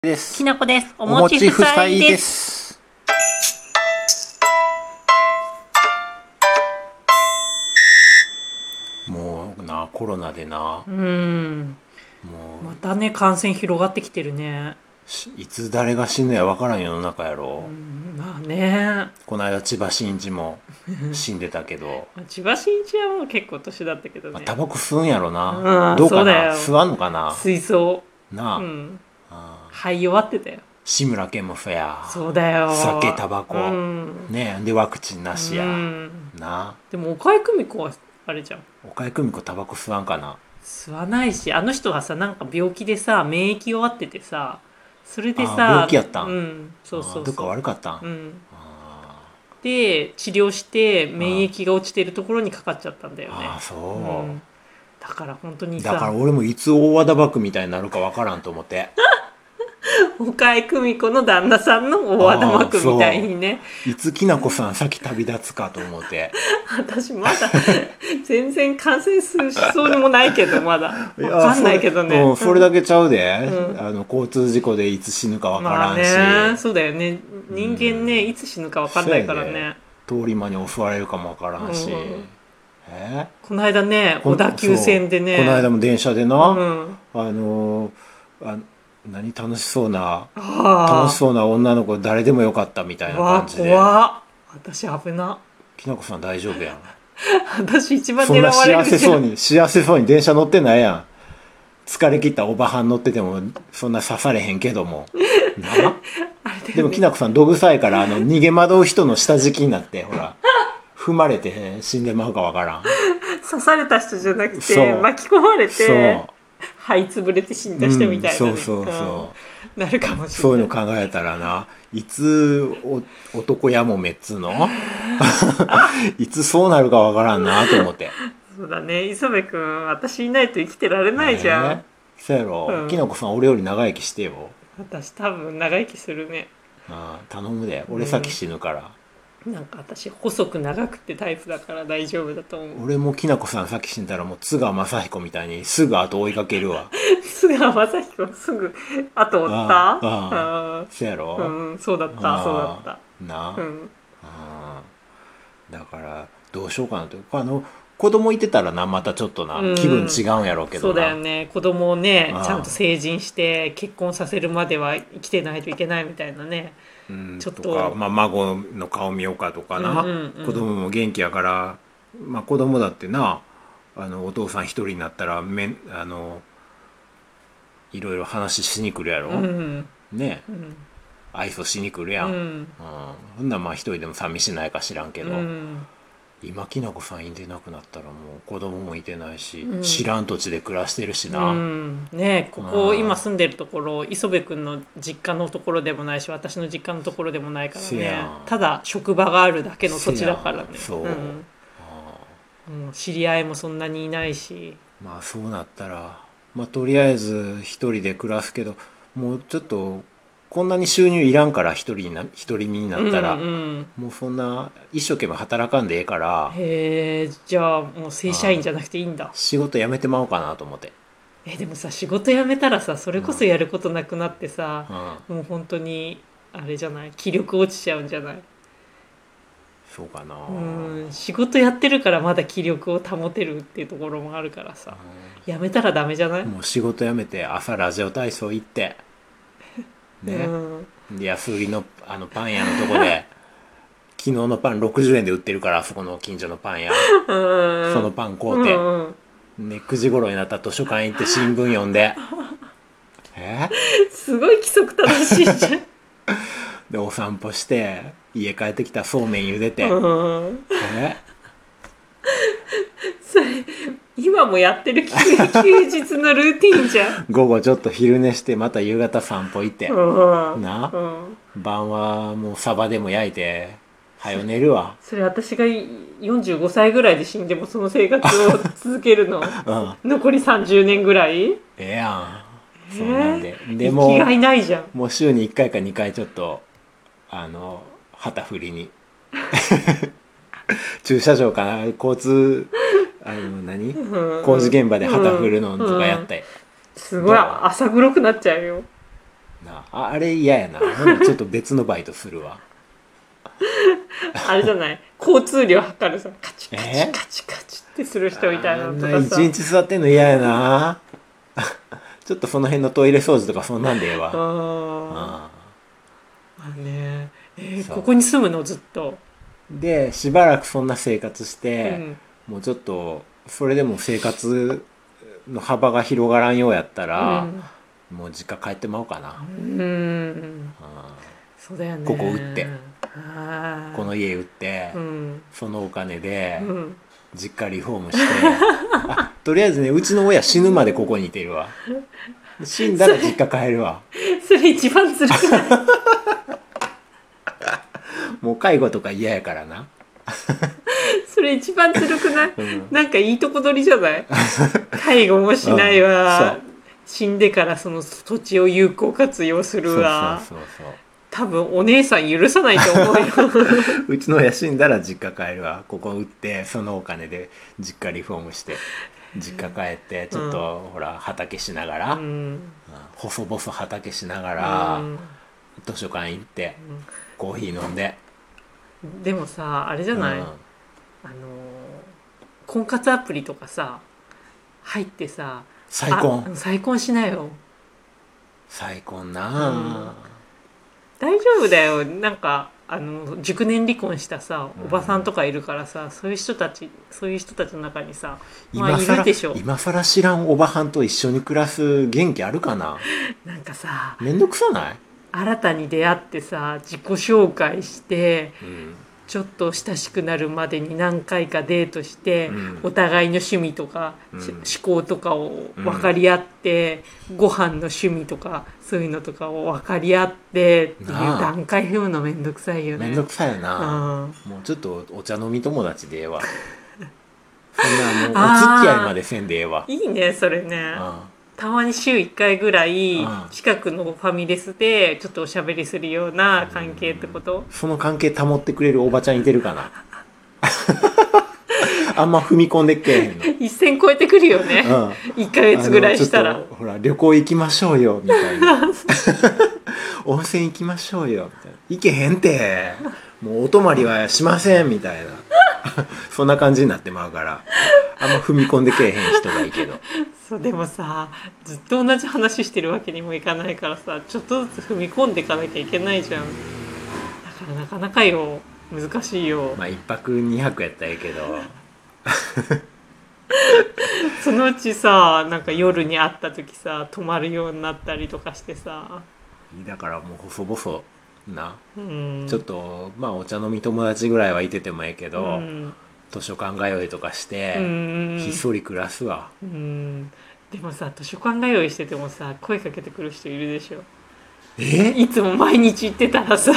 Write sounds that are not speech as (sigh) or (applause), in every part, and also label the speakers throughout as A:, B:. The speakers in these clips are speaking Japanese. A: です
B: き。なこです。お
A: お
B: もち
A: 餅
B: 夫
A: 夫
B: 妻
A: 妻
B: で。
A: ですす。もうな、コロナでな
B: う、ーん。
A: も
B: またね、感染広がってきてるね。
A: う、しいつ誰が死ぬやわからん世の中やろ
B: う。ん、まあね。
A: この間千葉真一も死んでたけど、
B: まあ千葉真一はもう結構年だったけど
A: まあ、
B: ね。
A: タバコ吸うんやろ
B: う
A: な。
B: ん
A: どう
B: そ
A: か
B: うだ
A: な
B: よ
A: 吸わんのかな
B: 水槽。
A: なあ、
B: うん。
A: ああ
B: 肺弱ってたよ。
A: 志村けんもそうや。
B: そうだよ。
A: 酒タバコ
B: うん。
A: ねえ、でワクチンなしや。
B: うん
A: な
B: でも、岡井久美子は、あれじゃん。
A: あ、岡井久美子タバコ吸わんかな。
B: 吸わないし、あの人はさ、なんか病気でさ、免疫弱っててさ、それでさ
A: あ、病気やったん
B: うん。そうそう
A: ああどっか
B: そう。
A: 悪かったん。
B: うん。
A: あ
B: で治療して免疫が落ちてるところにかかっちゃったんだよね
A: ああ、そう。
B: うんだから本当に
A: だから
B: さ
A: 俺もいつ大和田幕みたいになるかわからんと
B: (laughs)
A: 思って。
B: 岡井久美子の旦那さんの大和田幕みたいにね
A: いつきなこさん先旅立つかと思って。
B: 私まだ全然感染するしそうにもないけどまだ
A: (laughs)
B: 分かんないけどね
A: うんそれだけちゃうで、
B: うん
A: あの交通事故でいつ死ぬかわか
B: ま
A: ら
B: あ
A: んし、
B: ねそうだよね人間ね、
A: うん
B: いつ死ぬか分かんないから
A: そうや
B: ね
A: 通り魔に襲われるかもわからん
B: う
A: し。
B: んうん
A: え
B: この間ね
A: こ
B: 小田急線でね
A: そうこの間も電車でな、
B: うん、
A: あのーあ何楽しそうな
B: あ
A: 楽しそうな女の子誰でもよかったみたいな
B: わ
A: 感
B: あ
A: じで
B: 怖っ私危な
A: きなこさん大丈夫やん
B: 私一番
A: そ
B: 狙
A: んな
B: われ
A: 幸
B: る
A: せ
B: じゃ
A: そうんに幸せそうに電車乗ってないやん疲れ切ったおばはん乗っててもそんな刺されへんけどもな
B: あれだよね
A: でもきなこさんどぐさいからあの逃げ惑う人の下敷きになってほら踏まれて死んでまうかわからん
B: 刺された人じゃなく
A: そ
B: て
A: う
B: 巻き込まれ
A: そう、
B: て肺潰れて死んだ人みたいなね、
A: うんそうそうそう
B: うんなるかもしれない
A: そういうの考えたらないつお男やもめっつ
B: (laughs)
A: うのいつそうなるかわからんなと思って
B: そうだね磯部君私いないと生きてられ (laughs) ないじゃん、
A: ねそうやろ、
B: うん
A: きなこさん俺より長生きしてよ
B: 私多分長生きするね
A: ああ頼むで俺先死ぬから、
B: なんか私細く長くってタイプだから大丈夫だと思う
A: 俺もきなこさん先死んだらもう津川雅彦みたいにすぐ後追いかけるわ (laughs)
B: 菅田将暉すぐ後追った
A: ああ
B: あ
A: そうやろ、
B: ーうんそうだった
A: ああ
B: そうだっ
A: なあ、
B: たうん
A: ああだからどうしようかなとあの子供いてたらなまたちょっとな、
B: うん
A: 気分違うんやろうけ
B: そ
A: ど
B: うだ
A: な
B: よね子供をね
A: ああ
B: ちゃんと成人して結婚させるまでは生きてないといけないみたいなね
A: うん
B: ちょっと
A: か、まあ、孫の顔見ようかとかな、
B: うんうんうん
A: 子供も元気やから、まあ、子供だってなあのお父さん一人になったらめんあのいろいろ話しに来るやろ、
B: うん
A: ね
B: うん
A: 愛想しに来るやん、
B: う
A: うん
B: ん
A: ほんならまあ一人でも寂しないか知らんけど、
B: うん
A: 今きなこさんいてなくなったらもう子供もいてないし、
B: うん
A: 知らん土地で暮らしてるしな、
B: うん、ねえこ
A: う
B: こ
A: ん
B: 今住んでるところ磯部君の実家のところでもないし私の実家のところでもないから
A: せ
B: ね
A: やん
B: ただ職場があるだけの土地だからね
A: せやんそうんあ
B: もう知り合いもそんなにいないし
A: ーまあそうなったら、まあ、とりあえず一人で暮らすけどもうちょっとこんなに収入いらんから一人にな一人身になったら、
B: うんうん
A: もうそんな一生懸命働かんでええから
B: へえじゃあもう正社員じゃなくていいんだ
A: 仕事辞めてまおうかなと思って、
B: えでもさ仕事辞めたらさそれこそやることなくなってさ
A: う、ん、
B: もう本当にあれじゃない気力落ちちゃうんじゃない
A: そうかな
B: うん仕事やってるからまだ気力を保てるっていうところもあるからさやめたらダメじゃない、
A: もう仕事辞めて朝ラジオ体操行ってね、
B: (laughs) うん、
A: で安売りのあのパン屋のとこ
B: (laughs)
A: で昨日のパン60円で売ってるからあそこの近所のパン屋そのパン買うて、
B: うんうん
A: ね、9時頃になったら図書館行って新聞読んでえ
B: すごい規則正しいじ
A: でお散歩して家帰ってきたらそうめん茹でて、
B: ゃん、うん、
A: え
B: それ今もやってる (laughs) 休日のルーティンじゃん、
A: 午後ちょっと昼寝してまた夕方散歩行って、
B: うん
A: な
B: うん、
A: 晩はもうサバでも焼いてはよ寝るわ
B: それ私が45歳ぐらいで死んでもその生活を続けるの
A: うん
B: 残り30年ぐらい
A: ええやんそうなんで、で
B: 生き
A: も
B: がいないじゃん
A: もう週に1回か2回ちょっとあの旗振りに (laughs) 駐車場かな交通あの何
B: うん
A: 工事現場で旗振るのとかやったり、
B: すごい
A: どう
B: 朝黒くなっちゃうよ
A: なああれ嫌やななんかちょっと別のバイトするわ
B: あれじゃない交通量測るさカチカチ
A: え
B: カチカチってする人みたいなのと
A: あ
B: か
A: んな
B: さ
A: 一日座ってんの嫌やな (laughs) ちょっとその辺のトイレ掃除とかそんなんでええわ
B: あ
A: あ
B: ーまあねえー
A: そう
B: ここに住むのずっと、
A: ーでしばらくそんな生活し
B: う
A: て、
B: ん
A: もうちょっとそれでも生活の幅が広がらんようやったら、もう実家帰ってまおうかな、
B: うん、うん、
A: あ
B: そうだよね
A: ここ打って
B: あ
A: ー
B: ー
A: この家売って、
B: うん
A: そのお金で
B: うん
A: 実家リフォームして、あとりあえずねうちの親死ぬまでここにいてるわ死んだら実家帰るわ
B: それ一番辛くない
A: もう介護とか嫌やからな、
B: それ一番辛くない
A: うん
B: なんかいいとこ取りじゃ
A: (laughs)
B: ない介護もしないわ、
A: うんそう
B: 死んでからその土地を有効活用する
A: そう
B: わ
A: そうそう
B: 多分お姉さん許さないと思う
A: (laughs)
B: よ
A: そううちの親死んだら実家帰るわここ売ってそのお金で実家リフォームして実家帰ってちょっと、ほら畑しながら、
B: うん
A: 細々畑しながら、
B: うん
A: 図書館行ってコーヒー飲んで
B: うんでもさあれじゃ
A: う
B: ない、
A: ん
B: あのー婚活アプリとかさ入ってさ
A: 再
B: あう
A: 婚
B: ん再婚しなよ
A: 再婚なあ、
B: 大丈夫だよなんかあの熟年離婚したさおばさんとかいるからさ、そういう人たちそういう人たちの中にさまあ
A: 今
B: い
A: さ
B: る
A: ら
B: でしょ
A: 今さら知らんおばはんと一緒に暮らす元気あるかな
B: なんかさ
A: めんどくさない、
B: 新たに出会ってさ自己紹介して
A: うん
B: ちょっと親しくなるまでに何回かデートして、
A: うん
B: お互いの趣味とか、
A: うん
B: し思考とかを
A: うん
B: 分かり合って、ご飯の趣味とかそういうのとかを分かり合ってっていう
A: なあ
B: 段階踏むのめんどくさいよね。
A: めんどくさいよ
B: う
A: な、
B: ん
A: もうちょっとお茶飲み友達でえ
B: (laughs)
A: えわそんなもうお
B: あー
A: 付き合いまでせんでええわ
B: いいねそれね。
A: あ
B: たまに週1回ぐらい
A: うん
B: 近くのファミレスでちょっとおしゃべりするような関係ってこと
A: その関係保ってくれるおばちゃんいてるかな (laughs) あんま踏み込んでっけえへんの
B: 一線超えてくるよね、
A: うん
B: 1ヶ月ぐらいした
A: あの
B: ら
A: ちょっとほら旅行行きましょうよみたいな温泉行きましょうよみたいな行けへんてもうお泊まりはしませんみたいなそんな感じになってまうからあんま踏み込んでけえへん人がいいけど
B: そうでもさずっと同じ話してるわけにもいかないからさちょっとずつ踏み込んでいかなきゃいけないじゃんだからなかなかよ難しいよ、
A: まあ一泊二泊やったらええけど
B: そのうちさなんか夜に会った時さ泊まるようになったりとかしてさ
A: だからもう細々な、
B: うん
A: ちょっとまあお茶飲み友達ぐらいはいててもええけど、
B: うん
A: 図書館通いとかし
B: う
A: て、
B: ん
A: ひっそり暮らすわ
B: うんでもさ図書館通いしててもさ声かけてくる人いるでしょ
A: え
B: いつも毎日行ってたらさ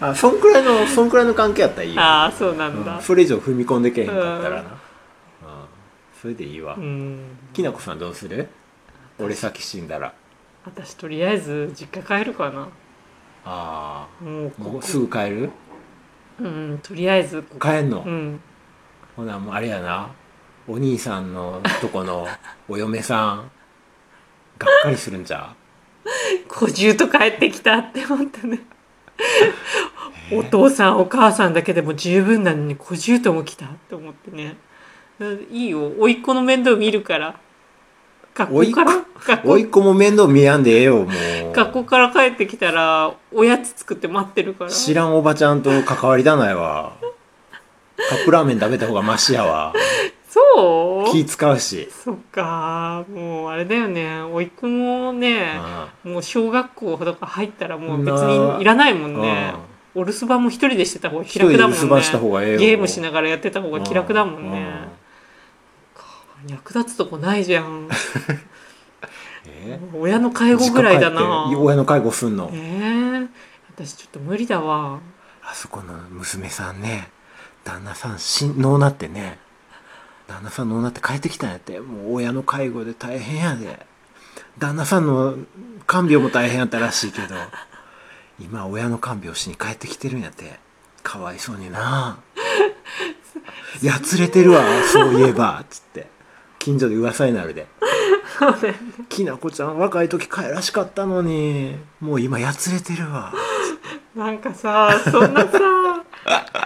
A: あそんくらいのそんくらいの関係やったらいいよ
B: ああそうなんだ
A: うんそれ以上踏み込んでけへんかったらな、うんそれでいいわ、
B: うん
A: きなこさんどうする俺先死んだら
B: 私とりあえず実家帰るかな
A: あ
B: もう
A: あ
B: こ
A: もうすぐ帰る
B: うんとりあえずこ
A: 帰んの、
B: うん
A: ほなもうあれやなお兄さんのと
B: (laughs)
A: このお嫁さんがっかりするんじゃ
B: 小獣と帰ってきたって思ってね
A: う
B: お父さんお母さんだけでも十分なのに小獣とも来たって思ってねうんいいよ甥っ子の面倒見るから学校から学校
A: おいっ子も面倒見やんでええよも
B: 学校
A: う
B: から帰ってきたらおやつ作って待ってるから
A: 知らんおばちゃんと関わりたないわカップラーメン食べた方がマシやわ
B: そう
A: 気使うし、
B: そっかもうあれだよね甥っ子もね
A: うん
B: もう小学校とか入ったらもう別
A: なあ
B: にいらないもんね
A: うん
B: お留守番も一人でしてた方が
A: 一
B: 気楽
A: 人で
B: だ
A: 留
B: もんね
A: 守番した方がええよ
B: ゲームしながらやってた方が気楽だもん
A: う
B: ね
A: う
B: 役立つとこないじゃん
A: え
B: 親の介護ぐらいだな
A: 実家帰って親の介護すんの、
B: えー私ちょっと無理だわ
A: あそこの娘さんね旦那さんしんのうなってね旦那さんのうなって帰ってきたんやってもう親の介護で大変やで旦那さんの看病も大変やったらしいけど今親の看病しに帰ってきてるんやってかわいそうにないや連れてるわそういえばつって近所で噂になるで
B: そうだよね
A: きなこちゃん若い時可愛らしかったのにもう今やつれてるわ
B: なんかさそんな
A: (laughs)
B: さ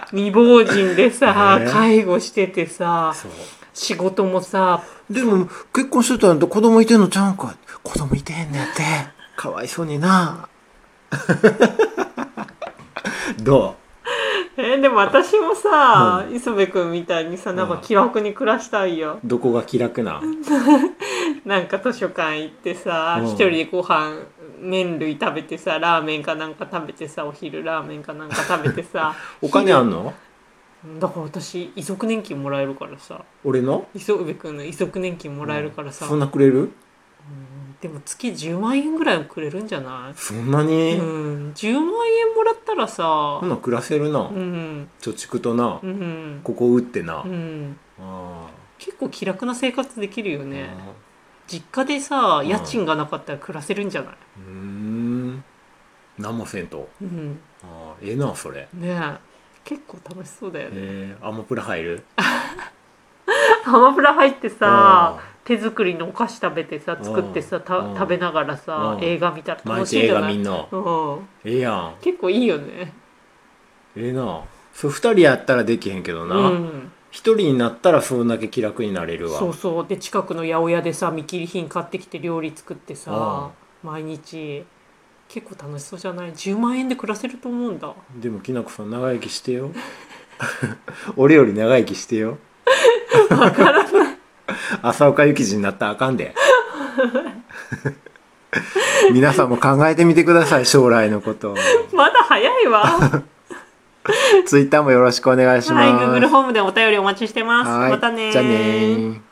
B: 未亡人でさ、
A: ね
B: 介護しててさ
A: そう
B: 仕事もさ
A: でも結婚してたんだ子供いてんのちゃうんか子供いてへんねやってかわいそうにな (laughs) ど
B: えでも私もさ、磯部君みたいにさなんか
A: うん
B: 気楽に暮らしたいよ、
A: うどこが気楽な
B: なんか図書館行ってさ
A: うん
B: 一人でご飯麺類食べてさラーメンかなんか食べてさお昼ラーメンかなんか食べてさ
A: (laughs) お金あんの
B: 昼だから私遺族年金もらえるからさ
A: 俺の
B: 磯部君の遺族年金もらえるからさ、
A: そんなくれる
B: でも月10万円ぐらいはくれるんじゃない
A: そんなに、
B: うん、10万円もらったらさ
A: そん、なん暮らせるな、
B: うん、
A: 貯蓄とな、
B: うん、
A: ここ打ってな、
B: う
A: あ
B: ん、
A: あ
B: 結構気楽な生活できるよね。
A: ああ
B: 実家でさ、
A: うん
B: 家賃がなかったら暮らせるんじゃないう
A: ーん何もせんと
B: うん、
A: ああええなそれ
B: ねえ結構楽しそうだよね。
A: えー、アマプラ入る
B: ハマプラ入って
A: あ
B: さ、手作りのお菓子食べてさ、作ってさ、た
A: うん
B: 食べながらさ
A: う、ん
B: 映画見たら
A: 毎
B: 楽し
A: 日
B: いん
A: 映
B: じゃ
A: 画
B: な
A: 見
B: い
A: んの
B: うん、
A: ええやん
B: 結構いいよね。
A: ええなそう二人やったらできへんけど
B: う、
A: なん一、人になったらそんだけ気楽になれるわ
B: そうそう。で、近くの八百屋でさ、見切り品買ってきて料理作ってさ、毎日、結構楽しそうじゃない ?10 万円で暮らせると思うんだ。
A: でもきなこさん長生きしてよ (laughs) 俺より長生きしてよわからない浅岡幸二になったらあかんで (laughs) 皆さんも考えてみてください将来
B: (laughs)
A: のことを
B: まだ早い
A: (laughs)
B: わ。は
A: ツイッターもよろしくお願い
B: い、
A: します、
B: Google ホームでお便りお待ちしてます。
A: はい
B: またねー
A: じゃあねー